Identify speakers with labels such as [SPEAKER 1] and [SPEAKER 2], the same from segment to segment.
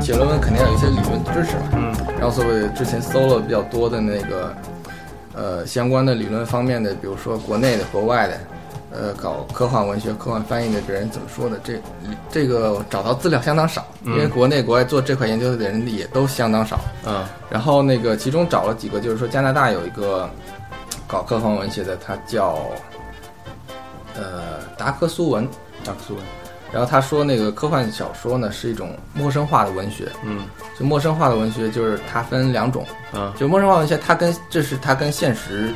[SPEAKER 1] 写论文肯定要有一些理论知识嘛。
[SPEAKER 2] 嗯
[SPEAKER 1] 然后所以之前搜了比较多的那个，呃，相关的理论方面的，比如说国内的、国外的，呃，搞科幻文学、科幻翻译的别人怎么说的？这这个找到资料相当少，因为国内国外做这块研究的人也都相当少。
[SPEAKER 2] 嗯
[SPEAKER 1] 然后那个其中找了几个，就是说加拿大有一个搞科幻文学的，他叫呃达克苏文，
[SPEAKER 2] 达克苏文，
[SPEAKER 1] 然后他说那个科幻小说呢是一种陌生化的文学，
[SPEAKER 2] 嗯
[SPEAKER 1] 就陌生化的文学就是它分两种，
[SPEAKER 2] 啊
[SPEAKER 1] 就陌生化文学它跟这是它跟现实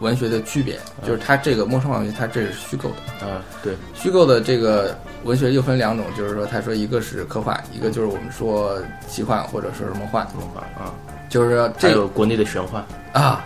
[SPEAKER 1] 文学的区别，就是它这个陌生化文学它这是虚构的，
[SPEAKER 2] 啊，对，
[SPEAKER 1] 虚构的这个文学又分两种，就是说他说一个是科幻，一个就是我们说奇幻或者说是魔幻，
[SPEAKER 2] 梦幻啊，
[SPEAKER 1] 就是说
[SPEAKER 2] 还
[SPEAKER 1] 这个
[SPEAKER 2] 有国内的玄幻，
[SPEAKER 1] 啊，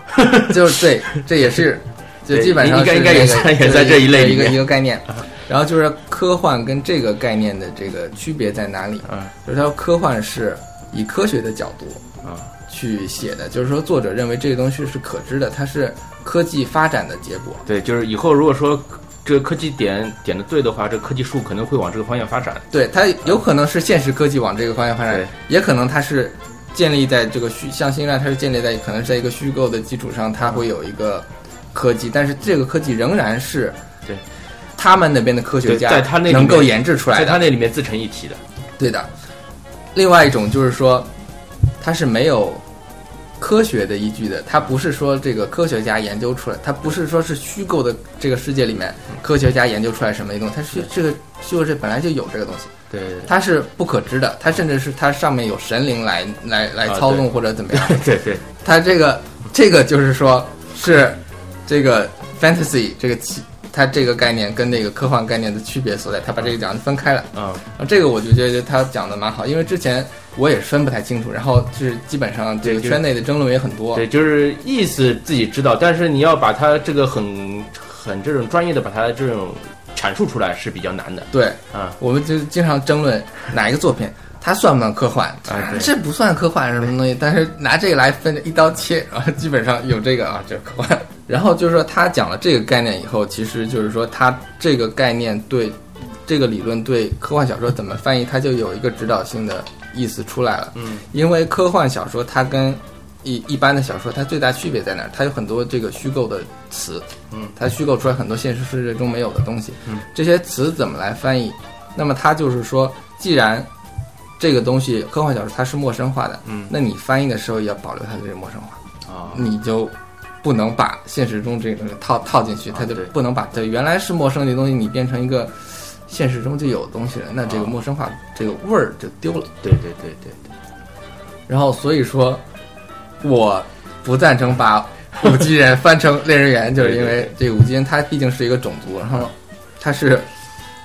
[SPEAKER 1] 就是对，这也是，就
[SPEAKER 2] 对
[SPEAKER 1] 基本上
[SPEAKER 2] 应该
[SPEAKER 1] 是
[SPEAKER 2] 应该也
[SPEAKER 1] 那个
[SPEAKER 2] 在也在这一类里
[SPEAKER 1] 一个
[SPEAKER 2] 面啊
[SPEAKER 1] 一个概念。然后就是科幻跟这个概念的这个区别在哪里？
[SPEAKER 2] 嗯
[SPEAKER 1] 就是它科幻是以科学的角度
[SPEAKER 2] 啊
[SPEAKER 1] 去写的，就是说作者认为这个东西是可知的，它是科技发展的结果。
[SPEAKER 2] 对，就是以后如果说这个科技点点的对的话，这科技树可能会往这个方向发展。
[SPEAKER 1] 对，它有可能是现实科技往这个方向发展
[SPEAKER 2] 对，
[SPEAKER 1] 也可能它是建立在这个虚，像星战，它是建立在可能是在一个虚构的基础上，它会有一个科技，但是这个科技仍然是
[SPEAKER 2] 对
[SPEAKER 1] 他们那边的科学家
[SPEAKER 2] 对在他那里面
[SPEAKER 1] 能够研制出来
[SPEAKER 2] 在它
[SPEAKER 1] 的，
[SPEAKER 2] 那里面自成一体的。
[SPEAKER 1] 对的。另外一种就是说，它是没有科学的依据的，它不是说这个科学家研究出来，它不是说是虚构的这个世界里面科学家研究出来什么一个东西，它是这个虚构这本来就有这个东西。
[SPEAKER 2] 对对
[SPEAKER 1] 它是不可知的，它甚至是它上面有神灵来来来
[SPEAKER 2] 啊
[SPEAKER 1] 操纵或者怎么样，
[SPEAKER 2] 对对
[SPEAKER 1] 它这个这个就是说是这个 fantasy 这个其它这个概念跟那个科幻概念的区别所在，它把这个讲分开了。
[SPEAKER 2] 啊
[SPEAKER 1] 然后这个我就觉得他讲的蛮好，因为之前我也是分不太清楚，然后就是基本上这个
[SPEAKER 2] 对就是
[SPEAKER 1] 圈内的争论也很多。
[SPEAKER 2] 对，就是意思自己知道，但是你要把它这个很很这种专业的把它这种阐述出来是比较难的
[SPEAKER 1] 对，
[SPEAKER 2] 啊。
[SPEAKER 1] 我们就经常争论哪一个作品它算不算科幻
[SPEAKER 2] 啊对
[SPEAKER 1] 这不算科幻是什么东西，但是拿这个来分一刀切，然后基本上有这个啊，这是科幻。 然后就是说他讲了这个概念以后，其实就是说他这个概念对这个理论对科幻小说怎么翻译，它就有一个指导性的意思出来了。
[SPEAKER 2] 嗯，
[SPEAKER 1] 因为科幻小说它跟一一般的小说，它最大区别在哪儿？它有很多这个虚构的词，
[SPEAKER 2] 嗯，
[SPEAKER 1] 它虚构出来很多现实世界中没有的东西，
[SPEAKER 2] 嗯，
[SPEAKER 1] 这些词怎么来翻译？那么它就是说，既然这个东西科幻小说它是陌生化的，
[SPEAKER 2] 嗯
[SPEAKER 1] 那你翻译的时候也要保留它的这个陌生化，
[SPEAKER 2] 啊
[SPEAKER 1] 你就不能把现实中这个东西套套进去，它就
[SPEAKER 2] 对
[SPEAKER 1] 不能把这原来是陌生的东西，你变成一个现实中就有的东西了，那这个
[SPEAKER 2] 啊
[SPEAKER 1] 陌生化这个味儿就丢了。
[SPEAKER 2] 对对对对对，
[SPEAKER 1] 然后所以说，我不赞成把五级人翻成猎人猿，就是因为这个五级人他毕竟是一个种族，然后他是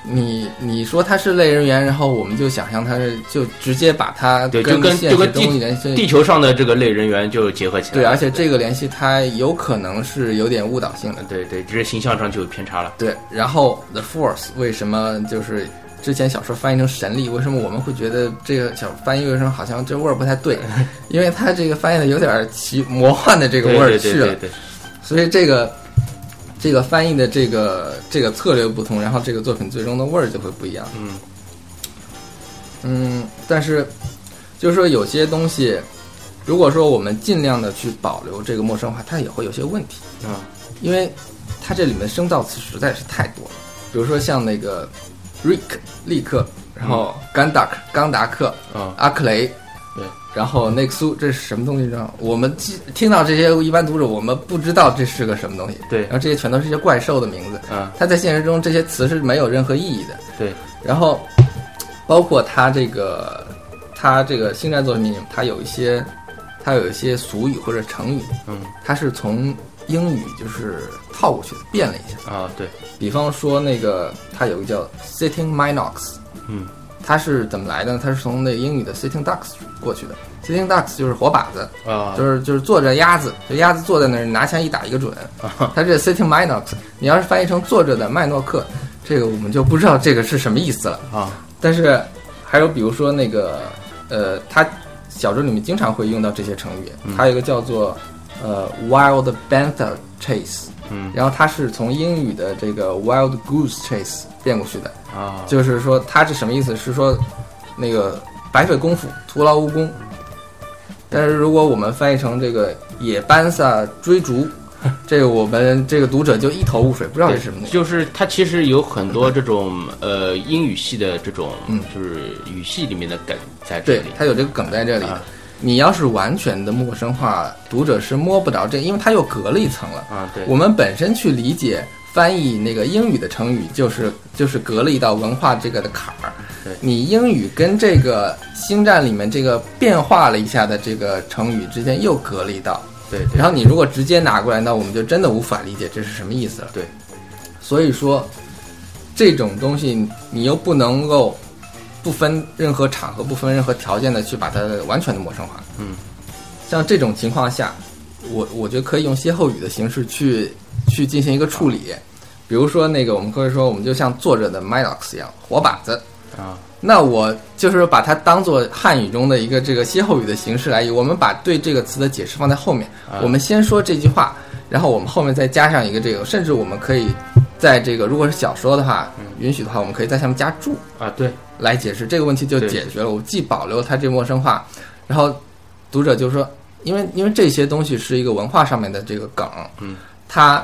[SPEAKER 1] 你你说他是类人猿，然后我们就想象他是就直接把他
[SPEAKER 2] 对就跟
[SPEAKER 1] 现
[SPEAKER 2] 就
[SPEAKER 1] 实
[SPEAKER 2] 跟
[SPEAKER 1] 中
[SPEAKER 2] 地
[SPEAKER 1] 联系。
[SPEAKER 2] 地球上的这个类人猿就结合起来
[SPEAKER 1] 对，
[SPEAKER 2] 了。
[SPEAKER 1] 而且这个联系它有可能是有点误导性的。
[SPEAKER 2] 对对，只是形象上就有偏差了。
[SPEAKER 1] 对，然后 The Force 为什么就是之前小说翻译成神力？为什么我们会觉得这个小翻译为什么好像这味儿不太 对？因为它这个翻译的有点儿奇魔幻的这
[SPEAKER 2] 这
[SPEAKER 1] 个味儿去
[SPEAKER 2] 对
[SPEAKER 1] 了，
[SPEAKER 2] 对对
[SPEAKER 1] 所以这个这个翻译的这个这个策略不同，然后这个作品最终的味儿就会不一样。
[SPEAKER 2] 嗯
[SPEAKER 1] 嗯，但是就是说有些东西，如果说我们尽量的去保留这个陌生化，它也会有些问题。
[SPEAKER 2] 啊
[SPEAKER 1] 因为它这里面生造词实在是太多了，比如说像那个 Rick 利克，然后甘达克、冈达克、
[SPEAKER 2] 啊，
[SPEAKER 1] 阿克雷，
[SPEAKER 2] 嗯对，
[SPEAKER 1] 然后内克苏，这是什么东西呢？我们记听到这些一般读者，我们不知道这是个什么东西，
[SPEAKER 2] 对
[SPEAKER 1] 然后这些全都是一些怪兽的名字，
[SPEAKER 2] 啊
[SPEAKER 1] 它在现实中这些词是没有任何意义的，
[SPEAKER 2] 对，
[SPEAKER 1] 然后包括他这个他这个星战作品里面，他有一些他有一些俗语或者成语，
[SPEAKER 2] 嗯
[SPEAKER 1] 它是从英语就是套过去的，变了一下。
[SPEAKER 2] 啊对，
[SPEAKER 1] 比方说那个，它有个叫 sitting minox，
[SPEAKER 2] 嗯
[SPEAKER 1] 它是怎么来的呢？它是从那个英语的 sitting ducks 过去的。sitting ducks 就是活靶子，
[SPEAKER 2] 啊
[SPEAKER 1] 就是就是坐着鸭子，就鸭子坐在那儿拿枪一打一个准。
[SPEAKER 2] 啊
[SPEAKER 1] 它这 sitting minox，你要是翻译成坐着的麦诺克，这个我们就不知道这个是什么意思了。
[SPEAKER 2] 啊
[SPEAKER 1] 但是还有比如说那个呃，它小说里面经常会用到这些成语，还有一个叫做呃 wild panther chase，
[SPEAKER 2] 嗯
[SPEAKER 1] 然后它是从英语的这个 wild goose chase 变过去的，
[SPEAKER 2] 啊
[SPEAKER 1] 就是说它是什么意思？是说那个。白腿功夫，徒劳无功。但是如果我们翻译成这个野班萨追逐，这个我们这个读者就一头雾水，不知道是什么内容。
[SPEAKER 2] 就是它其实有很多这种呃英语系的这种，
[SPEAKER 1] 嗯
[SPEAKER 2] 就是语系里面的梗在这
[SPEAKER 1] 对
[SPEAKER 2] 里，。
[SPEAKER 1] 它有这个梗在这里
[SPEAKER 2] 啊。
[SPEAKER 1] 你要是完全的陌生化，读者是摸不着这，因为它又隔了一层了。
[SPEAKER 2] 啊，对，
[SPEAKER 1] 我们本身去理解翻译那个英语的成语，就是就是隔了一道文化这个的坎儿
[SPEAKER 2] 对。
[SPEAKER 1] 你英语跟这个星战里面这个变化了一下的这个成语之间又隔了一道，
[SPEAKER 2] 对对
[SPEAKER 1] 然后你如果直接拿过来，那我们就真的无法理解这是什么意思了。
[SPEAKER 2] 对，
[SPEAKER 1] 所以说这种东西你又不能够不分任何场合、不分任何条件的去把它完全的陌生化。
[SPEAKER 2] 嗯，
[SPEAKER 1] 像这种情况下，我我觉得可以用歇后语的形式去去进行一个处理。比如说那个，我们可以说我们就像作者的 Minox 一样，活靶子。
[SPEAKER 2] 啊，
[SPEAKER 1] 那我就是把它当做汉语中的一个这个歇后语的形式来用。我们把对这个词的解释放在后面，
[SPEAKER 2] 啊
[SPEAKER 1] 我们先说这句话，然后我们后面再加上一个这个，甚至我们可以在这个如果是小说的话，允许的话，我们可以在下面加注
[SPEAKER 2] 啊，对，
[SPEAKER 1] 来解释这个问题，就
[SPEAKER 2] 对
[SPEAKER 1] 解决了。我既保留了它这陌生化，然后读者就说，因为因为这些东西是一个文化上面的这个梗，
[SPEAKER 2] 嗯，
[SPEAKER 1] 他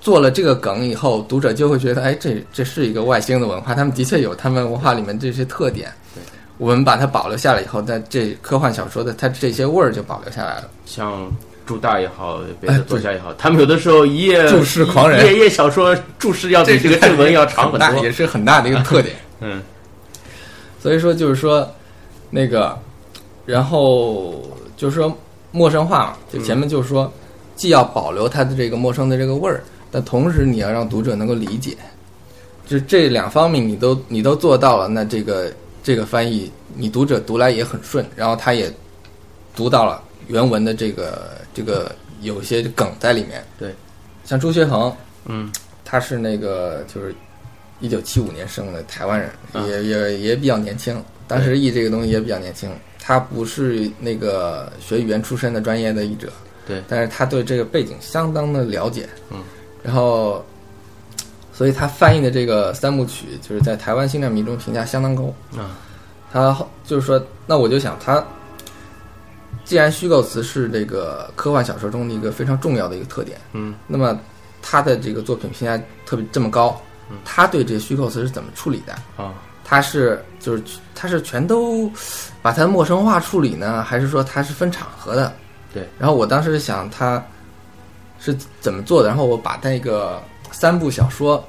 [SPEAKER 1] 做了这个梗以后，读者就会觉得，哎，这这是一个外星的文化，他们的确有他们文化里面这些特点
[SPEAKER 2] 对。
[SPEAKER 1] 我们把它保留下来以后，那这科幻小说的它这些味儿就保留下来了。
[SPEAKER 2] 像朱大也好，别的作家也好，他们有的时候一页
[SPEAKER 1] 哎 注释狂人
[SPEAKER 2] 一页一页小说注释要比这个正文要长
[SPEAKER 1] 很
[SPEAKER 2] 很
[SPEAKER 1] 大，
[SPEAKER 2] 多
[SPEAKER 1] 也。是很大的一个特点。
[SPEAKER 2] 嗯，
[SPEAKER 1] 所以说就是说，那个，然后就是说陌生化嘛，就前面就说，既要保留它的这个陌生的这个味儿，但同时你要让读者能够理解，就这两方面你都你都做到了，那这个这个翻译你读者读来也很顺，然后他也读到了原文的这个这个有一些梗在里面。
[SPEAKER 2] 对，
[SPEAKER 1] 像朱学恒，
[SPEAKER 2] 嗯，
[SPEAKER 1] 他是那个就是一九七五年生的台湾人，
[SPEAKER 2] 啊
[SPEAKER 1] 也也也比较年轻。当时译这个东西也比较年轻，他不是那个学语言出身的专业的译者，
[SPEAKER 2] 对
[SPEAKER 1] 但是他对这个背景相当的了解，
[SPEAKER 2] 嗯，
[SPEAKER 1] 然后，所以他翻译的这个三部曲就是在台湾星战迷中评价相当高，
[SPEAKER 2] 啊，
[SPEAKER 1] 他后就是说，那我就想他，既然虚构词是这个科幻小说中的一个非常重要的一个特点，
[SPEAKER 2] 嗯，
[SPEAKER 1] 那么他的这个作品评价特别这么高，他对这虚构词是怎么处理的？
[SPEAKER 2] 啊，
[SPEAKER 1] 他是就是他是全都把它陌生化处理呢，还是说它是分场合的？
[SPEAKER 2] 对。
[SPEAKER 1] 然后我当时想他是怎么做的，然后我把那个三部小说，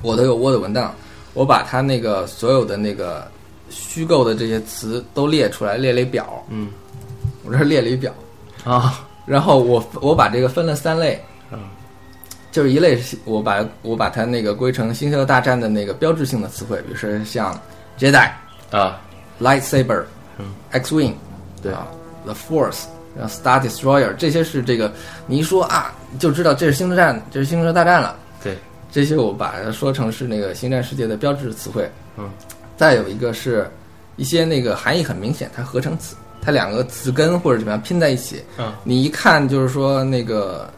[SPEAKER 1] 我都有 Word 文档，我把它那个所有的那个虚构的这些词都列出来，列了一表。
[SPEAKER 2] 嗯，
[SPEAKER 1] 我这儿列了一表，
[SPEAKER 2] 啊，
[SPEAKER 1] 然后我我把这个分了三类，
[SPEAKER 2] 嗯，
[SPEAKER 1] 就是一类是我把我把它那个归成《星球大战》的那个标志性的词汇，比如说像 Jedi、
[SPEAKER 2] 啊，
[SPEAKER 1] lightsaber，
[SPEAKER 2] 嗯
[SPEAKER 1] ，X-wing，
[SPEAKER 2] 对
[SPEAKER 1] 啊，The Force，然后 Star Destroyer，这些是这个你一说啊，就知道这是星球战，这是星球大战了。
[SPEAKER 2] 对，
[SPEAKER 1] 这些我把它说成是那个星战世界的标志词汇。
[SPEAKER 2] 嗯，
[SPEAKER 1] 再有一个是一些那个含义很明显，它合成词，它两个词根或者怎么样拼在一起，
[SPEAKER 2] 嗯，
[SPEAKER 1] 你一看就是说那个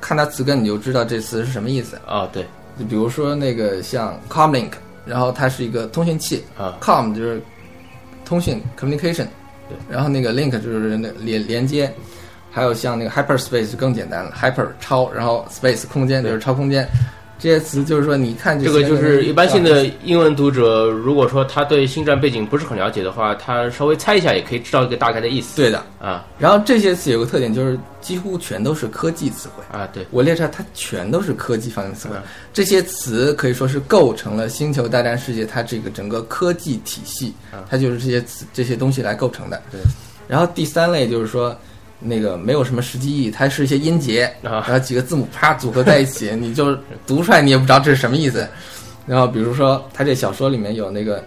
[SPEAKER 1] 看它词根你就知道这词是什么意思。
[SPEAKER 2] 啊，对，
[SPEAKER 1] 就比如说那个像 comlink，然后它是一个通讯器，
[SPEAKER 2] 啊，
[SPEAKER 1] com 就是通信 communication，
[SPEAKER 2] 对，
[SPEAKER 1] 然后那个 link 就是那连连接，还有像那个 hyperspace 就更简单了，hyper 超，然后 space 空间就是超空间，这些词就是说你一看
[SPEAKER 2] 这个
[SPEAKER 1] 些
[SPEAKER 2] 就是一般性
[SPEAKER 1] 啊
[SPEAKER 2] 的英文读者，如果说他对星战背景不是很了解的话，他稍微猜一下也可以知道一个大概的意思。
[SPEAKER 1] 对的。
[SPEAKER 2] 啊
[SPEAKER 1] 然后这些词有个特点就是几乎全都是科技词汇，
[SPEAKER 2] 啊，对，
[SPEAKER 1] 我列出来它全都是科技方面的词汇
[SPEAKER 2] 嗯，
[SPEAKER 1] 这些词可以说是构成了《星球大战世界》它这个整个科技体系
[SPEAKER 2] 嗯，
[SPEAKER 1] 它就是这些词这些东西来构成的。
[SPEAKER 2] 对，
[SPEAKER 1] 然后第三类就是说，那个没有什么实际意义，它是一些音节，
[SPEAKER 2] 啊
[SPEAKER 1] 然后几个字母啪组合在一起，你就读出来你也不知道这是什么意思。然后比如说，它这小说里面有那个，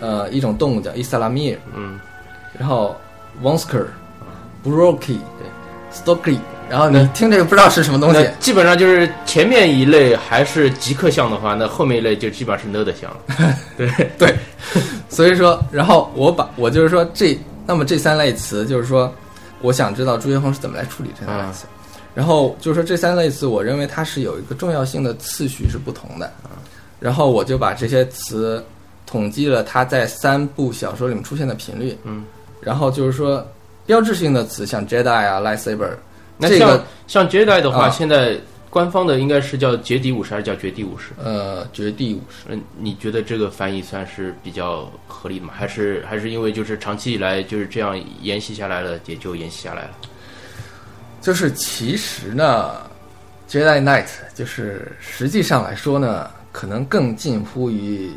[SPEAKER 1] 呃，一种动物叫伊萨拉米尔，
[SPEAKER 2] 嗯，
[SPEAKER 1] 然后 Vonsker、Broki、Stocky，然后你
[SPEAKER 2] 嗯
[SPEAKER 1] 听这个不知道是什么东
[SPEAKER 2] 那
[SPEAKER 1] 西，
[SPEAKER 2] 基本上就是前面一类还是极客项的话，那后面一类就基本上是 nerd 项 了。对，
[SPEAKER 1] 对，所以说，然后我把我就是说这，那么这三类词就是说，我想知道朱学恒是怎么来处理这三类词，
[SPEAKER 2] 嗯
[SPEAKER 1] 然后就是说这三类词，我认
[SPEAKER 2] 嗯
[SPEAKER 1] 为它是有一个重要性的次序是不同的，然后我就把这些词统计了它在三部小说里面出现的频率，
[SPEAKER 2] 嗯，
[SPEAKER 1] 然后就是说标志性的词像 Jedi 啊、lightsaber，
[SPEAKER 2] 那
[SPEAKER 1] 这
[SPEAKER 2] 像、
[SPEAKER 1] 个
[SPEAKER 2] 像 Jedi 的话，
[SPEAKER 1] 啊
[SPEAKER 2] 现在官方的应该是叫杰迪武士还是叫绝地武士？
[SPEAKER 1] 呃绝地武士。
[SPEAKER 2] 嗯，你觉得这个翻译算是比较合理的吗？还是还是因为就是长期以来就是这样沿袭下来了，也就沿袭下来了？
[SPEAKER 1] 就是其实呢，Jedi Knight 就是实际上来说呢，可能更近乎于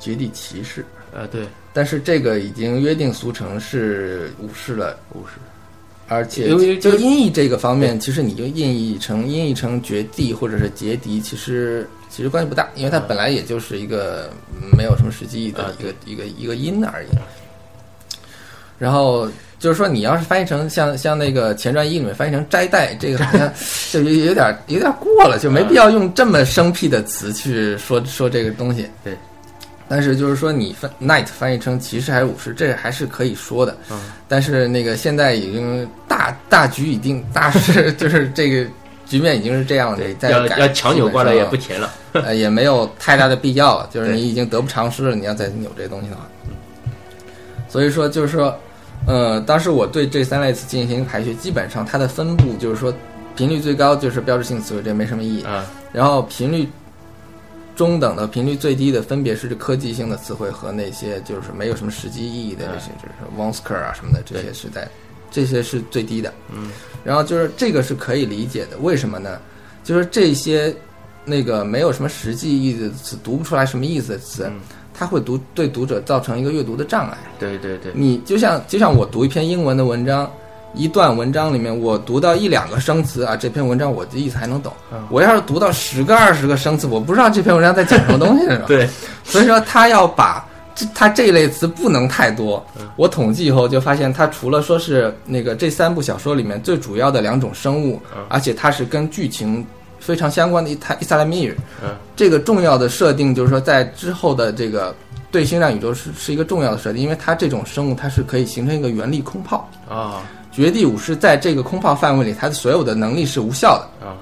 [SPEAKER 1] 绝地骑士，
[SPEAKER 2] 呃，对，
[SPEAKER 1] 但是这个已经约定俗成是武士了。
[SPEAKER 2] 武士。
[SPEAKER 1] 而且
[SPEAKER 2] 因为
[SPEAKER 1] 就
[SPEAKER 2] 这个
[SPEAKER 1] 音译这个方面，其实你就音译成音译成绝地或者是杰迪，其实其实关系不大，因为它本来也就是一个没有什么实际意义的
[SPEAKER 2] 啊
[SPEAKER 1] 一个一个一个音而已。然后就是说，你要是翻译成像像那个前传一里面翻译成斋带，这个好像就有有点有点过了，就没必要用这么生僻的词去说说这个东西。
[SPEAKER 2] 对。
[SPEAKER 1] 但是就是说，你翻 knight 翻译成骑士还是武士，这还是可以说的。
[SPEAKER 2] 嗯
[SPEAKER 1] 但是那个现在已经大大局已定，大势就是这个局面已经是这样了，你再
[SPEAKER 2] 要
[SPEAKER 1] 改
[SPEAKER 2] 要强扭过来也不
[SPEAKER 1] 基
[SPEAKER 2] 甜了。
[SPEAKER 1] 本上呃也没有太大的必要了，就是
[SPEAKER 2] 对
[SPEAKER 1] 你已经得不偿失了，你要再扭这东西的话。所以说就是说，呃，当时我对这三类词进行排序，基本上它的分布就是说频率最高就是标志性词汇，这没什么意义。
[SPEAKER 2] 啊，
[SPEAKER 1] 然后频率中等的、频率最低的分别是科技性的词汇和那些就是没有什么实际意义的这些，就是 w o n s k e r 啊什么的，这些
[SPEAKER 2] 对
[SPEAKER 1] 是在这些是最低的。
[SPEAKER 2] 嗯，
[SPEAKER 1] 然后就是这个是可以理解的，为什么呢？就是这些那个没有什么实际意义的词，读不出来什么意思的词，
[SPEAKER 2] 嗯
[SPEAKER 1] 它会读对读者造成一个阅读的障碍。
[SPEAKER 2] 对对对，
[SPEAKER 1] 你就像就像我读一篇英文的文章，一段文章里面我读到一两个生词啊，这篇文章我的意思还能懂
[SPEAKER 2] 嗯。？
[SPEAKER 1] 我要是读到十个二十个生词，我不知道这篇文章在讲什么东西是吧
[SPEAKER 2] 对，
[SPEAKER 1] 所以说他要把这他这一类词不能太多。
[SPEAKER 2] 嗯
[SPEAKER 1] 我统计以后就发现，他除了说是那个这三部小说里面最主要的两种生物
[SPEAKER 2] 嗯，
[SPEAKER 1] 而且它是跟剧情非常相关的一它伊萨拉米尔
[SPEAKER 2] 嗯，
[SPEAKER 1] 这个重要的设定就是说，在之后的这个对星战宇宙是是一个重要的设定，因为它这种生物它是可以形成一个原力空炮。
[SPEAKER 2] 啊
[SPEAKER 1] 绝地武士在这个空炮范围里，它的所有的能力是无效的。
[SPEAKER 2] 啊，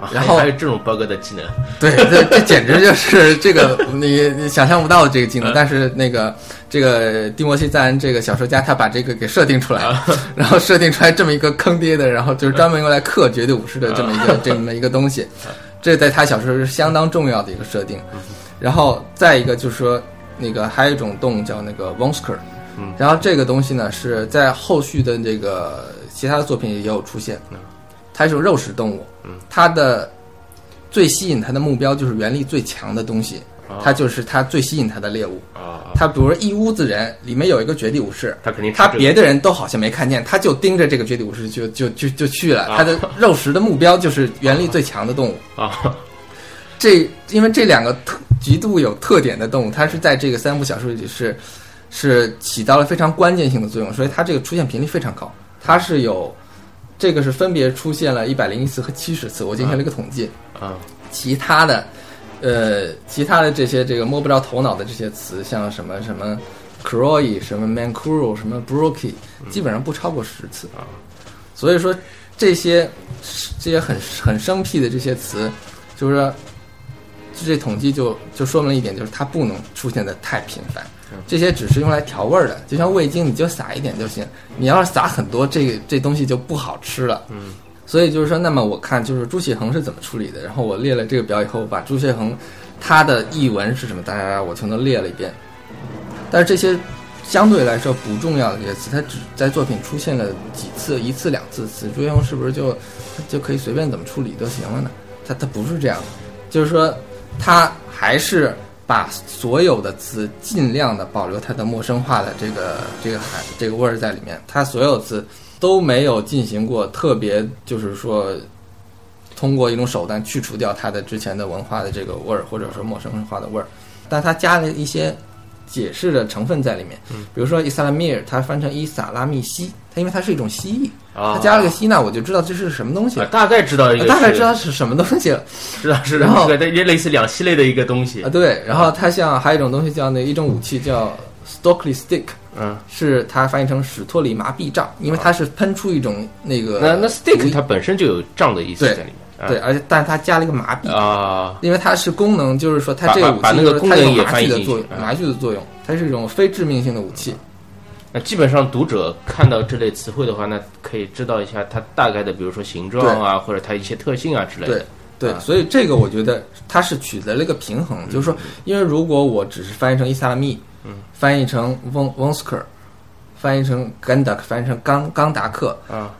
[SPEAKER 2] 啊
[SPEAKER 1] 然后
[SPEAKER 2] 还有这种 bug 的技能，
[SPEAKER 1] 对，这这简直就是这个你你想象不到的这个
[SPEAKER 2] 嗯
[SPEAKER 1] 技能。但是那个这个蒂莫西·赞恩这个小说家，他把这个给设定出来
[SPEAKER 2] 啊
[SPEAKER 1] 了，然后设定出来这么一个坑爹的，然后就是专门用来克绝对武士的这么一个
[SPEAKER 2] 啊
[SPEAKER 1] 这么一个东西，这在他小说是相当重要的一个设定。
[SPEAKER 2] 嗯
[SPEAKER 1] 然后再一个就是说，那个还有一种动物叫那个 v o n s k e r
[SPEAKER 2] 嗯
[SPEAKER 1] 然后这个东西呢是在后续的这个其他的作品也有出现
[SPEAKER 2] 嗯，
[SPEAKER 1] 它是肉食动物
[SPEAKER 2] 嗯，
[SPEAKER 1] 它的最吸引它的目标就是原力最强的东西，
[SPEAKER 2] 啊
[SPEAKER 1] 它就是它最吸引它的猎物。
[SPEAKER 2] 啊，
[SPEAKER 1] 它比如说一屋子人里面有一个绝地武士，
[SPEAKER 2] 他肯定
[SPEAKER 1] 他
[SPEAKER 2] 吃这个
[SPEAKER 1] 别的人都好像没看见，他就盯着这个绝地武士就就就就去了。
[SPEAKER 2] 啊
[SPEAKER 1] 他的肉食的目标就是原力最强的动物。
[SPEAKER 2] 啊，
[SPEAKER 1] 这因为这两个特极度有特点的动物，它是在这个三部小说里是是起到了非常关键性的作用，所以它这个出现频率非常高。它是有这个是分别出现了一百零一次和七十次，我进行了一个统计。
[SPEAKER 2] 啊
[SPEAKER 1] 其他的，呃，其他的这些这个摸不着头脑的这些词，像什么什么 croi、什么 mancuro、什么 brookie，基本上不超过十次
[SPEAKER 2] 嗯啊。
[SPEAKER 1] 所以说，这些这些很很生僻的这些词，就是说这统计就就说明了一点，就是它不能出现的太频繁
[SPEAKER 2] 嗯。
[SPEAKER 1] 这些只是用来调味儿的，就像味精，你就撒一点就行。你要是撒很多，这个这东西就不好吃了。
[SPEAKER 2] 嗯
[SPEAKER 1] 所以就是说，那么我看就是朱启恒是怎么处理的，然后我列了这个表以后，我把朱启恒他的译文是什么，大家我全都列了一遍。但是这些相对来说不重要的这些词，它只在作品出现了几次，一次两次词，朱启恒是不是就就可以随便怎么处理都行了呢？他他不是这样的，就是说他还是把所有的词尽量的保留它的陌生化的这个这个含这个味儿在里面，它所有词都没有进行过特别，就是说通过一种手段去除掉它的之前的文化的这个味儿，或者说陌生化的味儿，但它加了一些解释的成分在里面，
[SPEAKER 2] 嗯
[SPEAKER 1] 比如说伊萨拉米尔，它翻成伊萨拉密西，它因为它是一种蜥蜴，
[SPEAKER 2] 啊，
[SPEAKER 1] 它加了个西呢，我就知道这是什么东西
[SPEAKER 2] 啊
[SPEAKER 1] 了，
[SPEAKER 2] 大概知道一个，
[SPEAKER 1] 大概知道是什么东西了。
[SPEAKER 2] 知道是
[SPEAKER 1] 然后
[SPEAKER 2] 这个类类似两栖类的一个东西
[SPEAKER 1] 啊，，对，然后它像还有一种东西叫那一种武器叫 Stokely Stick，
[SPEAKER 2] 嗯。
[SPEAKER 1] 是它翻译成史托里麻痹杖，因为它是喷出一种那个
[SPEAKER 2] 那那
[SPEAKER 1] 无
[SPEAKER 2] stick 它本身就有胀的意思
[SPEAKER 1] 呃对
[SPEAKER 2] 在里面啊
[SPEAKER 1] 对，而且但是它加了一个麻痹，
[SPEAKER 2] 啊，
[SPEAKER 1] 因为它是功能，就是说它
[SPEAKER 2] 把
[SPEAKER 1] 这个
[SPEAKER 2] 把
[SPEAKER 1] 武
[SPEAKER 2] 把
[SPEAKER 1] 器
[SPEAKER 2] 那
[SPEAKER 1] 就
[SPEAKER 2] 个
[SPEAKER 1] 是
[SPEAKER 2] 功
[SPEAKER 1] 它
[SPEAKER 2] 能
[SPEAKER 1] 有
[SPEAKER 2] 也
[SPEAKER 1] 麻
[SPEAKER 2] 翻
[SPEAKER 1] 痹
[SPEAKER 2] 译
[SPEAKER 1] 的
[SPEAKER 2] 进
[SPEAKER 1] 作
[SPEAKER 2] 去
[SPEAKER 1] 用，
[SPEAKER 2] 啊
[SPEAKER 1] 麻痹的作用，它是一种非致命性的武器。
[SPEAKER 2] 那基本上读者看到这类词汇的话，那可以知道一下它大概的，比如说形状啊，或者它一些特性啊之类的。
[SPEAKER 1] 对对，
[SPEAKER 2] 啊
[SPEAKER 1] 所以这个我觉得它是取得了一个平衡，就是说，因为如果我只是翻译成伊萨拉密，
[SPEAKER 2] 嗯，
[SPEAKER 1] 翻译成翁翁斯克，翻译成甘达克，翻译成冈冈达克，
[SPEAKER 2] 啊，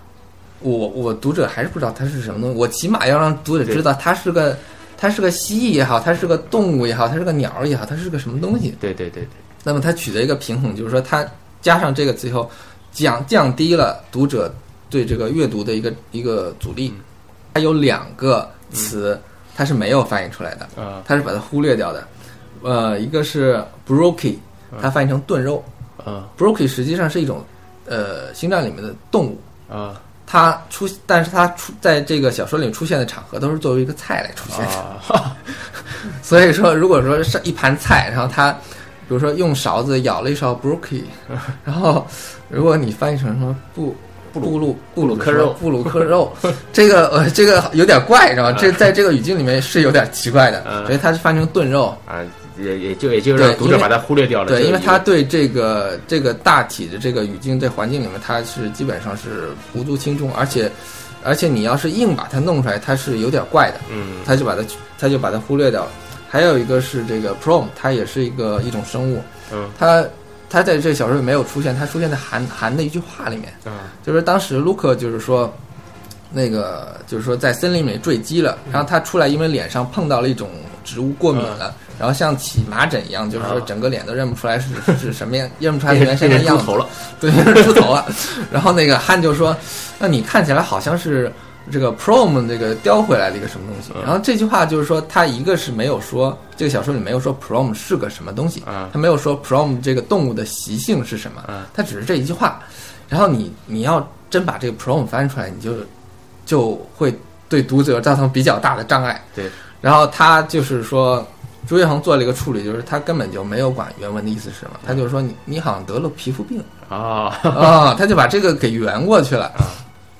[SPEAKER 1] 我我读者还是不知道它是什么东西，我起码要让读者知道它是个它是个蜥蜴也好，它是个动物也好，它是个鸟儿也好，它是个什么东西。
[SPEAKER 2] 对对对对，
[SPEAKER 1] 那么它取得一个平衡，就是说它加上这个词以后，降降低了读者对这个阅读的一个一个阻力。它有两个词，它是没有翻译出来的，
[SPEAKER 2] 啊
[SPEAKER 1] 它是把它忽略掉的。呃，一个是 brookie，它翻译成炖肉。
[SPEAKER 2] 啊
[SPEAKER 1] brookie 实际上是一种呃星战里面的动物，
[SPEAKER 2] 啊
[SPEAKER 1] 它出，但是它出在这个小说里出现的场合都是作为一个菜来出现的。
[SPEAKER 2] 啊！
[SPEAKER 1] 所以说，如果说是一盘菜，然后它，比如说用勺子舀了一勺 brookie，然 后如果你翻译成什么布布鲁布鲁布鲁
[SPEAKER 2] 克肉
[SPEAKER 1] 布鲁克肉， 这个呃这个有点怪是吧？这在这个语境里面是有点奇怪的，
[SPEAKER 2] 嗯
[SPEAKER 1] 所以它是翻成炖肉。
[SPEAKER 2] 啊，也也就也就让
[SPEAKER 1] 对
[SPEAKER 2] 读
[SPEAKER 1] 因
[SPEAKER 2] 者
[SPEAKER 1] 为
[SPEAKER 2] 把它忽略掉了。
[SPEAKER 1] 对，
[SPEAKER 2] 这
[SPEAKER 1] 因为
[SPEAKER 2] 个
[SPEAKER 1] 它对这个这个大体的这个语境、这环境里面，它是基本上是无足轻重，而且而且你要是硬把它弄出来，它是有点怪的，
[SPEAKER 2] 嗯
[SPEAKER 1] 他就把它他就把它忽略掉了。还有一个是这个 prom，它也是一个一种生物，
[SPEAKER 2] 嗯
[SPEAKER 1] 它它在这小说里没有出现，它出现在韩韩的一句话里面，
[SPEAKER 2] 啊
[SPEAKER 1] 就是当时卢克就是说。那个就是说，在森林里坠机了，
[SPEAKER 2] 嗯
[SPEAKER 1] 然后他出来，因为脸上碰到了一种植物过敏了，然后像起麻疹一样，就是说
[SPEAKER 2] 嗯啊
[SPEAKER 1] 整个脸都认不出来是是什么样，认不出来
[SPEAKER 2] 变
[SPEAKER 1] 原
[SPEAKER 2] 成
[SPEAKER 1] 先 的
[SPEAKER 2] 变成
[SPEAKER 1] 样
[SPEAKER 2] 猪
[SPEAKER 1] 子
[SPEAKER 2] 头。了
[SPEAKER 1] 对， 出头了。然后那个汉就说：“那你看起来好像是这个 prom 这个叼回来的一个什么东西。”
[SPEAKER 2] 嗯
[SPEAKER 1] 然后这句话就是说，他一个是没有说这个小说里没有说 prom 是个什么东西，
[SPEAKER 2] 啊
[SPEAKER 1] 他没有说 prom 这个动物的习性是什么
[SPEAKER 2] 嗯，
[SPEAKER 1] 他只是这一句话。然后你你要真把这个 prom 翻出来，你就就会对读者造成比较大的障碍。
[SPEAKER 2] 对，
[SPEAKER 1] 然后他就是说。朱一恒做了一个处理，就是他根本就没有管原文的意思是什么，他就说你你好像得了皮肤病，
[SPEAKER 2] 啊
[SPEAKER 1] 啊、他就把这个给圆过去了
[SPEAKER 2] 啊。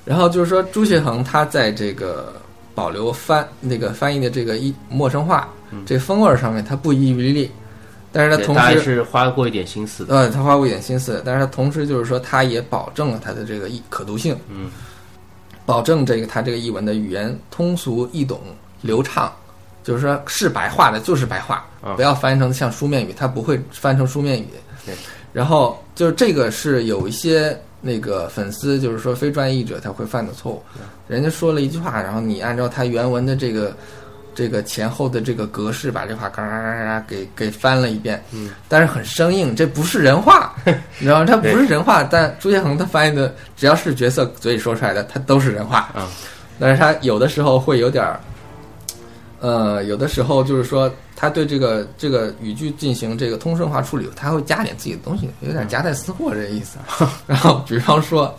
[SPEAKER 1] 然后就是说，朱学恒他在这个保留翻那个翻译的这个一陌生化
[SPEAKER 2] 嗯
[SPEAKER 1] 这风味儿上面，他不遗余力，但是他
[SPEAKER 2] 对
[SPEAKER 1] 同
[SPEAKER 2] 当然
[SPEAKER 1] 时
[SPEAKER 2] 是花过一点心思的。
[SPEAKER 1] 呃，他花过一点心思，但是他同时就是说，他也保证了他的这个译可读性，
[SPEAKER 2] 嗯，
[SPEAKER 1] 保证这个他这个译文的语言通俗易懂流畅，就是说是白话的就是白话，
[SPEAKER 2] 啊
[SPEAKER 1] 不要翻成像书面语，它不会翻成书面语
[SPEAKER 2] 对。
[SPEAKER 1] 然后就是这个是有一些那个粉丝，就是说非专业译者他会犯的错误，人家说了一句话，然后你按照他原文的这个这个前后的这个格式把这话嘎嘎嘎嘎给给翻了一遍，
[SPEAKER 2] 嗯，
[SPEAKER 1] 但是很生硬，这不是人话，你知道吗？它不是人话，但朱建恒他翻译的只要是角色嘴里说出来的，他都是人话，
[SPEAKER 2] 嗯，
[SPEAKER 1] 但是他有的时候会有点儿。呃，有的时候就是说，他对这个这个语句进行这个通顺化处理，他会加点自己的东西，有点夹带私货这意思。啊 然后，比方说，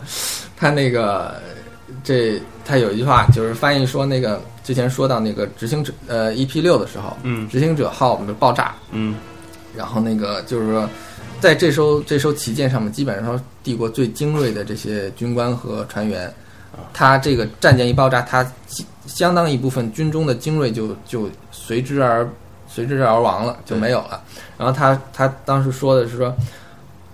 [SPEAKER 1] 他那个这他有一句话，就是翻译说那个之前说到那个执行者呃 EP 六的时候，
[SPEAKER 2] 嗯
[SPEAKER 1] 执行者号不是爆炸，
[SPEAKER 2] 嗯
[SPEAKER 1] 然后那个就是说，在这艘这艘旗舰上面，基本上帝国最精锐的这些军官和船员，他这个战舰一爆炸，他相相当一部分军中的精锐就就随之而随之而亡了，就
[SPEAKER 2] 对
[SPEAKER 1] 没有了。然后他他当时说的是说，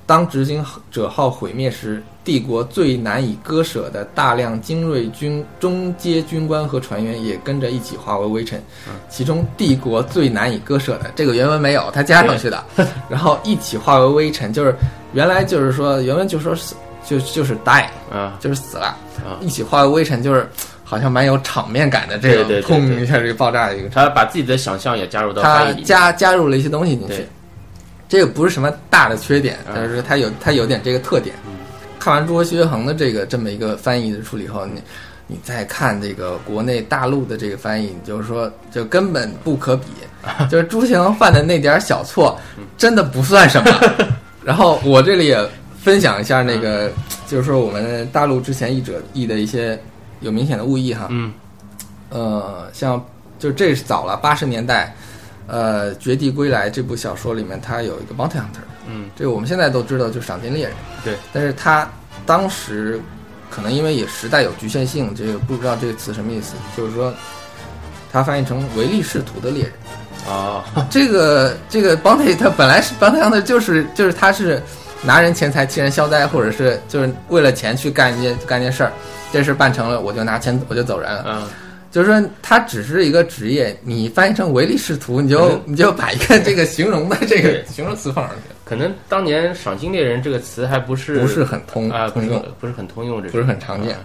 [SPEAKER 1] 当执行者号毁灭时，帝国最难以割舍的大量精锐军中阶军官和船员也跟着一起化为微尘。其中帝国最难以割舍的，这个原文没有，他加上去 的，然后一起化为微尘，就是原来就是说原文就说死，就就是 die，
[SPEAKER 2] 啊
[SPEAKER 1] 就是死了，
[SPEAKER 2] 啊，
[SPEAKER 1] 一起化为微尘，就是好像蛮有场面感的这个，
[SPEAKER 2] 对对对对
[SPEAKER 1] 砰一下这个爆炸的一个，
[SPEAKER 2] 他把自己的想象也加入到
[SPEAKER 1] 他
[SPEAKER 2] 翻译里面。
[SPEAKER 1] 加加入了一些东西进去
[SPEAKER 2] 对，
[SPEAKER 1] 这个不是什么大的缺点，
[SPEAKER 2] 嗯
[SPEAKER 1] 但是它有它有点这个特点。看完朱国学恒的这个这么一个翻译的处理后，你你再看这个国内大陆的这个翻译，你就是说就根本不可 比，就是朱学恒犯的那点儿小错，
[SPEAKER 2] 嗯
[SPEAKER 1] 真的不算 什么。然后我这里也分享一下那个，就是说我们大陆之前译者译的一些有明显的误译哈，
[SPEAKER 2] 嗯
[SPEAKER 1] 呃，像就这是早了八十年代，呃，《绝地归来》这部小说里面，它有一个 bounty hunter，
[SPEAKER 2] 嗯
[SPEAKER 1] 这个我们现在都知道，就是赏金猎人。
[SPEAKER 2] 对，
[SPEAKER 1] 但是他当时可能因为也时代有局限性，这个不知道这个词什么意思，就是说它翻译成唯利是图的猎人。
[SPEAKER 2] 啊，
[SPEAKER 1] 这个这个 Bounty 他本来是 Bounty Hunter，就是就是他是拿人钱财替人消灾，或者是就是为了钱去干一件干一件事儿，这事儿办成了我就拿钱我就走人了。
[SPEAKER 2] 嗯，
[SPEAKER 1] 就是说他只是一个职业，你翻译成唯利是图，你就
[SPEAKER 2] 嗯
[SPEAKER 1] 你就把一个这个形容的这个
[SPEAKER 2] 对
[SPEAKER 1] 形容词放上去，
[SPEAKER 2] 可能当年“赏金猎人”这个词还不是
[SPEAKER 1] 不是很通
[SPEAKER 2] 啊，不
[SPEAKER 1] 通
[SPEAKER 2] 是
[SPEAKER 1] 用。
[SPEAKER 2] 不是很通用，这
[SPEAKER 1] 不是很常见。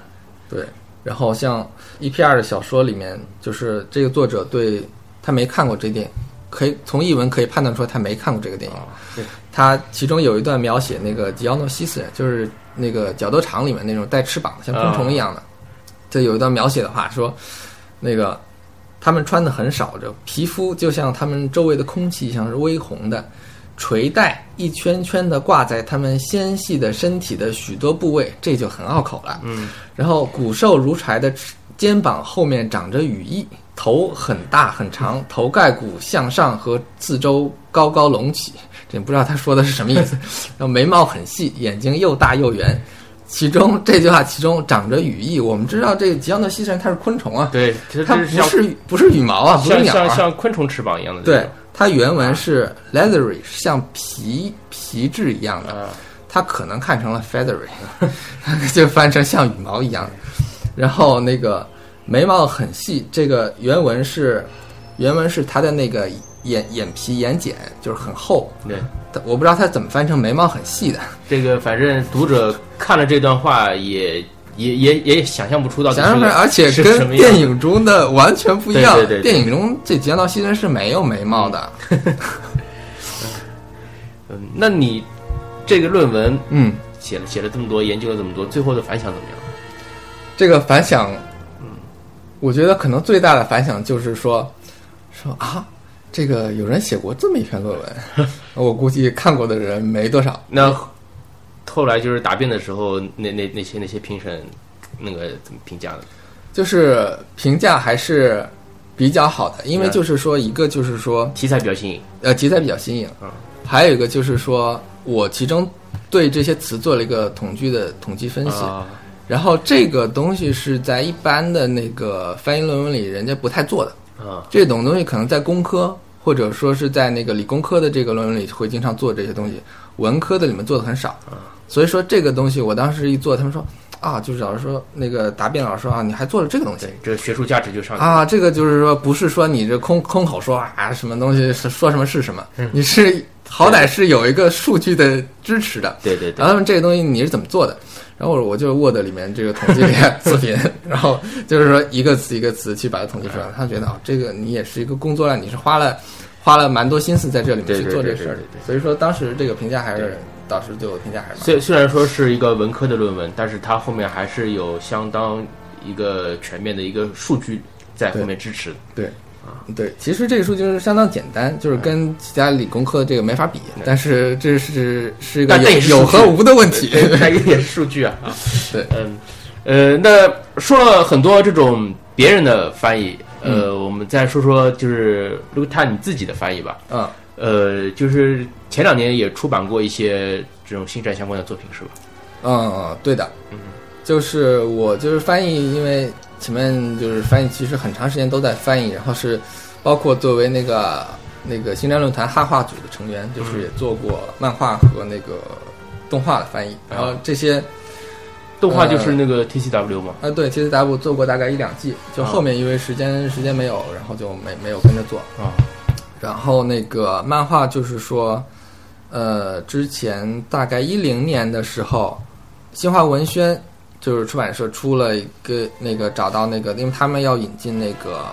[SPEAKER 1] 对，然后像 E P R 的小说里面，就是这个作者对他没看过这电影，可以从译文可以判断出他没看过这个电影
[SPEAKER 2] 啊。对
[SPEAKER 1] 他其中有一段描写那个吉奥诺西斯人，就是那个角斗场里面那种带翅膀的，像昆虫一样的。这有一段描写的话说，那个他们穿的很少，这皮肤就像他们周围的空气一样是微红的，垂带一圈圈的挂在他们纤细的身体的许多部位，这就很拗口了。
[SPEAKER 2] 嗯，
[SPEAKER 1] 然后骨瘦如柴的肩膀后面长着羽翼，头很大很长，头盖骨向上和四周高高隆起。这不知道他说的是什么意 思。然后眉毛很细，眼睛又大又圆。其中这句话其中长着羽翼，我们知道这个吉奥诺西神它是昆虫啊，
[SPEAKER 2] 对，其实
[SPEAKER 1] 它
[SPEAKER 2] 这
[SPEAKER 1] 不
[SPEAKER 2] 是像
[SPEAKER 1] 是不是羽毛啊，不是
[SPEAKER 2] 像
[SPEAKER 1] 鸟
[SPEAKER 2] 像
[SPEAKER 1] 啊。
[SPEAKER 2] 像昆虫翅膀一样的
[SPEAKER 1] 对，它原文是 leathery，像皮皮质一样的
[SPEAKER 2] 这。种啊，
[SPEAKER 1] 它可能看成了 feathery，就翻成像羽毛一样。然后那个眉毛很细，这个原文是原文是它的那个眼眼皮眼睑就是很厚，
[SPEAKER 2] 对。
[SPEAKER 1] 它我不知道它怎么翻成眉毛很细的，
[SPEAKER 2] 这个反正读者看了这段话也也也也想象不出到底
[SPEAKER 1] 想想
[SPEAKER 2] 是
[SPEAKER 1] 看，而且
[SPEAKER 2] 是什
[SPEAKER 1] 跟
[SPEAKER 2] 么样
[SPEAKER 1] 电影中的完全不一样。
[SPEAKER 2] 对对对对
[SPEAKER 1] 电影中这吉安道西人是没有眉毛的，
[SPEAKER 2] 嗯，那你这个论文
[SPEAKER 1] 嗯，
[SPEAKER 2] 写了写了这么多，研究了这么多，最后的反响怎么样？
[SPEAKER 1] 这个反响，
[SPEAKER 2] 嗯
[SPEAKER 1] 我觉得可能最大的反响就是说，说啊，这个有人写过这么一篇论 文，我估计看过的人没多少。
[SPEAKER 2] 那后来就是答辩的时候，那那那些那些评审那个怎么评价的？
[SPEAKER 1] 就是评价还是比较好的，因为
[SPEAKER 2] 嗯
[SPEAKER 1] 就是说，一个就是说，
[SPEAKER 2] 题材比较新颖，
[SPEAKER 1] 呃，题材比较新颖
[SPEAKER 2] 嗯，
[SPEAKER 1] 还有一个就是说我其中对这些词做了一个统计的统计分析，
[SPEAKER 2] 啊，
[SPEAKER 1] 然后这个东西是在一般的那个翻译论文里人家不太做的。
[SPEAKER 2] 啊，
[SPEAKER 1] 这种东西可能在工科或者说是在那个理工科的这个论文里会经常做这些东西，文科的里面做的很少。所以说这个东西我当时一做，他们说啊，就是老师说那个答辩老师说啊，你还做了这个东西
[SPEAKER 2] 对，这学术价值就上去了。
[SPEAKER 1] 啊，这个就是说不是说你这空空口说啊什么东西是说什么是什么
[SPEAKER 2] 嗯，
[SPEAKER 1] 你是好歹是有一个数据的支持的。
[SPEAKER 2] 对对对
[SPEAKER 1] 然，后他们这个东西你是怎么做的？然后我就 Word 里面这个统计 里面视频，然后就是说一个词一个词去把它统计出来。他觉得啊、这个你也是一个工作量，啊你是花了花了蛮多心思在这里面
[SPEAKER 2] 对
[SPEAKER 1] 去
[SPEAKER 2] 对
[SPEAKER 1] 做这
[SPEAKER 2] 对
[SPEAKER 1] 个事儿
[SPEAKER 2] 对对。对
[SPEAKER 1] 所以说当时这个评价还
[SPEAKER 2] 对
[SPEAKER 1] 是导师对我评价还是蛮
[SPEAKER 2] 虽虽然说是一个文科的论文，但是它后面还是有相当一个全面的一个数据在后面支持的。
[SPEAKER 1] 对。对，其实这个数据是相当简单，
[SPEAKER 2] 嗯
[SPEAKER 1] 就是跟其他理工科的这个没法比，但是这是是一个
[SPEAKER 2] 但这也
[SPEAKER 1] 有
[SPEAKER 2] 是
[SPEAKER 1] 有
[SPEAKER 2] 数据
[SPEAKER 1] 和无的问题。
[SPEAKER 2] 对，它也是数 据啊。啊
[SPEAKER 1] 对
[SPEAKER 2] 嗯，呃，那说了很多这种别人的翻译，呃，我们再说说就是陆探你自己的翻译吧。
[SPEAKER 1] 嗯，
[SPEAKER 2] 呃，就是前两年也出版过一些这种星战相关的作品，是吧？
[SPEAKER 1] 嗯，对的，就是我就是翻译，因为前面就是翻译，其实很长时间都在翻译，然后是包括作为那个那个星战论坛汉化组的成员，就是也做过漫画和那个动画的翻译，然后这些
[SPEAKER 2] 动画就是那个 TCW 嘛。
[SPEAKER 1] 啊，对，TCW 做过大概一两季，就
[SPEAKER 2] 啊
[SPEAKER 1] 后面因为时间时间没有，然后就没没有跟着做，
[SPEAKER 2] 啊，
[SPEAKER 1] 然后那个漫画就是说，呃，之前大概一零年的时候，新华文轩就是出版社出了一个那个找到那个，因为他们要引进那个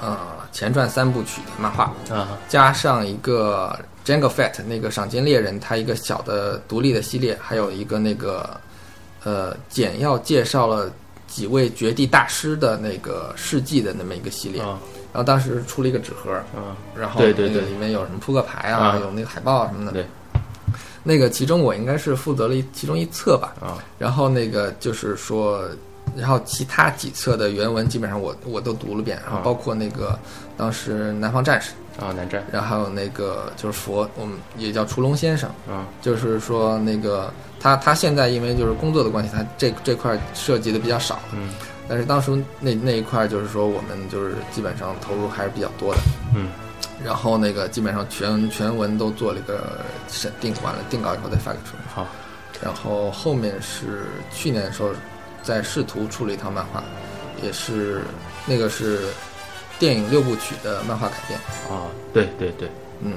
[SPEAKER 1] 呃前传三部曲的漫画，
[SPEAKER 2] 啊，
[SPEAKER 1] 加上一个 Jango Fett 那个赏金猎人，它一个小的独立的系列，还有一个那个呃简要介绍了几位绝地大师的那个事迹的那么一个系列，
[SPEAKER 2] 啊，
[SPEAKER 1] 然后当时出了一个纸盒。
[SPEAKER 2] 啊，
[SPEAKER 1] 然后
[SPEAKER 2] 对对
[SPEAKER 1] 那个
[SPEAKER 2] 对
[SPEAKER 1] 里面有什么扑克牌啊，
[SPEAKER 2] 啊
[SPEAKER 1] 有那个海报啊什么的。
[SPEAKER 2] 对，
[SPEAKER 1] 那个其中我应该是负责了一其中一册吧，
[SPEAKER 2] 啊，
[SPEAKER 1] 然后那个就是说，然后其他几册的原文基本上我我都读了遍，然后
[SPEAKER 2] 啊
[SPEAKER 1] 包括那个当时南方战士，
[SPEAKER 2] 啊，南瞻
[SPEAKER 1] 然后还有那个就是佛，我们也叫除龙先生，
[SPEAKER 2] 啊，
[SPEAKER 1] 就是说那个他他现在因为就是工作的关系，他这这块涉及的比较少，
[SPEAKER 2] 嗯
[SPEAKER 1] 但是当初那那一块就是说我们就是基本上投入还是比较多的，
[SPEAKER 2] 嗯
[SPEAKER 1] 然后那个基本上全全文都做了一个审定完了，定稿以后再发给出版社。
[SPEAKER 2] 好，
[SPEAKER 1] 然后后面是去年的时候，在试图出了一套漫画，也是那个是电影六部曲的漫画改编。
[SPEAKER 2] 啊，对对对，
[SPEAKER 1] 嗯，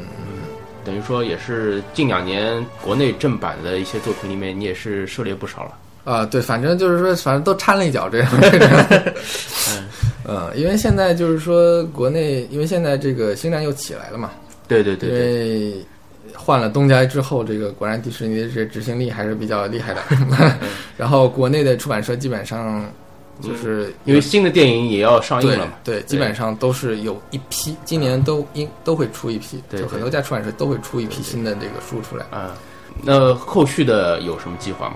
[SPEAKER 2] 等于说也是近两年国内正版的一些作品里面，你也是涉猎不少了。
[SPEAKER 1] 啊，对，反正就是说，反正都掺了一脚这种。这种嗯，因为现在就是说，国内因为现在这个星战又起来了嘛，
[SPEAKER 2] 对对对对，
[SPEAKER 1] 因为换了东家之后，这个果然迪士尼的这执行力还是比较厉害的。
[SPEAKER 2] 嗯
[SPEAKER 1] 然后国内的出版社基本上就是
[SPEAKER 2] 嗯因为新的电影也要上映
[SPEAKER 1] 对
[SPEAKER 2] 了嘛。
[SPEAKER 1] 对，基本上都是有一批，今年都应都会出一批，
[SPEAKER 2] 对
[SPEAKER 1] 就很多家出版社都会出一批新的这个书出来。
[SPEAKER 2] 啊，那后续的有什么计划吗？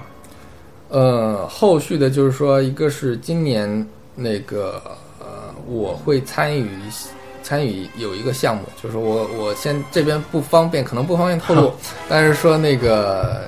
[SPEAKER 1] 呃，后续的就是说，一个是今年那个呃，我会参与一些参与有一个项目，就是说我我先这边不方便，可能不方便透 露，但是说那个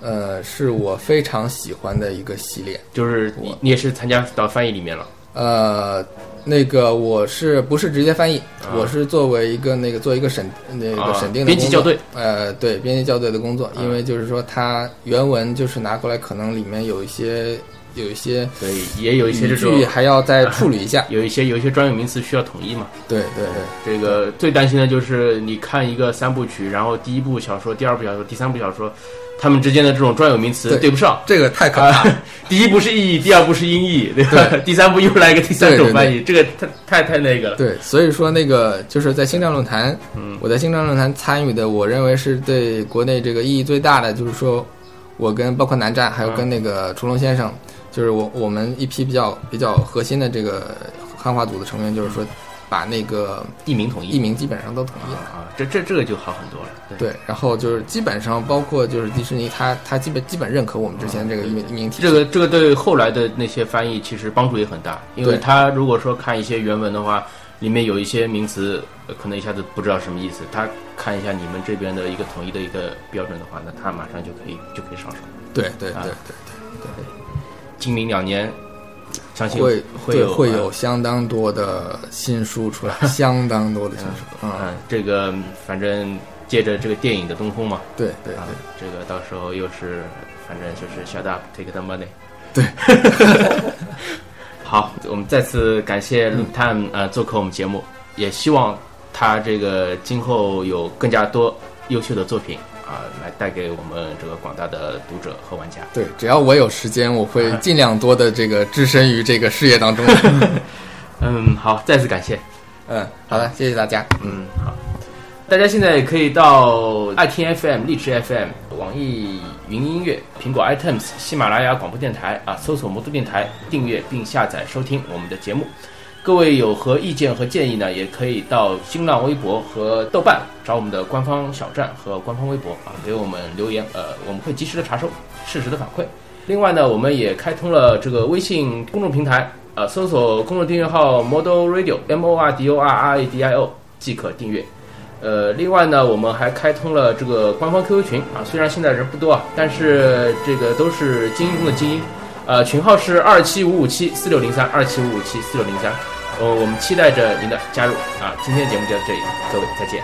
[SPEAKER 1] 呃，是我非常喜欢的一个系列。
[SPEAKER 2] 就是你你也是参加到翻译里面了。
[SPEAKER 1] 呃，那个我是不是直接翻译？
[SPEAKER 2] 啊
[SPEAKER 1] 我是作为一个那个做一个审那个
[SPEAKER 2] 啊
[SPEAKER 1] 审定的、
[SPEAKER 2] 编辑校对，啊
[SPEAKER 1] 呃，对编辑校对的工作，因为就是说它原文就是拿过来，可能里面有一些有一些
[SPEAKER 2] 所以也有一些
[SPEAKER 1] 语
[SPEAKER 2] 这种
[SPEAKER 1] 句还啊要再处理一下。
[SPEAKER 2] 有一些有一些专有名词需要统一嘛。
[SPEAKER 1] 对对对，
[SPEAKER 2] 这个最担心的就是你看一个三部曲，然后第一部小说、第二部小说、第三部小说，他们之间的这种专有名词
[SPEAKER 1] 对
[SPEAKER 2] 对不上。
[SPEAKER 1] 这个太可怕了。
[SPEAKER 2] 啊， 第一部是意译，第二部是音译，对吧？ 第三部又来一个第三种翻译，这个太太太那个了。
[SPEAKER 1] 对，所以说那个就是在星战论坛，
[SPEAKER 2] 嗯
[SPEAKER 1] 我在星战论坛参与的，我认为是对国内这个意义最大的，就是说，我跟包括南站，还有跟那个屠龙先生，就是我我们一批比较比较核心的这个汉化组的成员，就是说把那个
[SPEAKER 2] 译名统一，
[SPEAKER 1] 译名基本上都统一
[SPEAKER 2] 啊
[SPEAKER 1] 了。
[SPEAKER 2] 啊，这这这个就好很多了。
[SPEAKER 1] 对，然后就是基本上包括就是迪士尼，它它基本基本认可我们之前这个译名译名体系。
[SPEAKER 2] 这个这个对后来的那些翻译其实帮助也很大，因为
[SPEAKER 1] 对
[SPEAKER 2] 他如果说看一些原文的话，里面有一些名词呃可能一下子不知道什么意思，他看一下你们这边的一个统一的一个标准的话，那他马上就可以就可以上手。
[SPEAKER 1] 对对对
[SPEAKER 2] 啊
[SPEAKER 1] 对
[SPEAKER 2] 今明两年，相信
[SPEAKER 1] 对，会
[SPEAKER 2] 会
[SPEAKER 1] 对
[SPEAKER 2] 有
[SPEAKER 1] 会
[SPEAKER 2] 呃
[SPEAKER 1] 有相当多的新书出来，相当多的新书。嗯，
[SPEAKER 2] 嗯，这个嗯反正借着这个电影的东风嘛，
[SPEAKER 1] 对对
[SPEAKER 2] 啊
[SPEAKER 1] 对。，
[SPEAKER 2] 这个到时候又是反正就是 shut up take the money。
[SPEAKER 1] 对，
[SPEAKER 2] 好，我们再次感谢 Look Time 呃做客我们节目，也希望他这个今后有更加多优秀的作品啊、来带给我们这个广大的读者和玩家。
[SPEAKER 1] 对，只要我有时间，我会尽量多的这个置身于这个事业当中的。
[SPEAKER 2] 嗯，好，再次感谢。
[SPEAKER 1] 嗯，好的，谢谢大家。
[SPEAKER 2] 嗯，好。大家现在可以到爱听 FM、荔枝 FM、网易云音乐、苹果 iTunes、喜马拉雅广播电台啊，搜索“魔都电台”，订阅并下载收听我们的节目。各位有何意见和建议呢？也可以到新浪微博和豆瓣找我们的官方小站和官方微博啊，给我们留言，呃，我们会及时的查收，适时的反馈。另外呢，我们也开通了这个微信公众平台，呃，搜索公众订阅号 Model Radio M O R D O R R A D I O 即可订阅。呃，另外呢，我们还开通了这个官方 QQ 群啊，虽然现在人不多啊，但是这个都是精英中的精英。呃，群号是二七五五七四六零三二七五五七四六零三。呃，我们期待着您的加入啊！今天的节目就到这里，各位再见。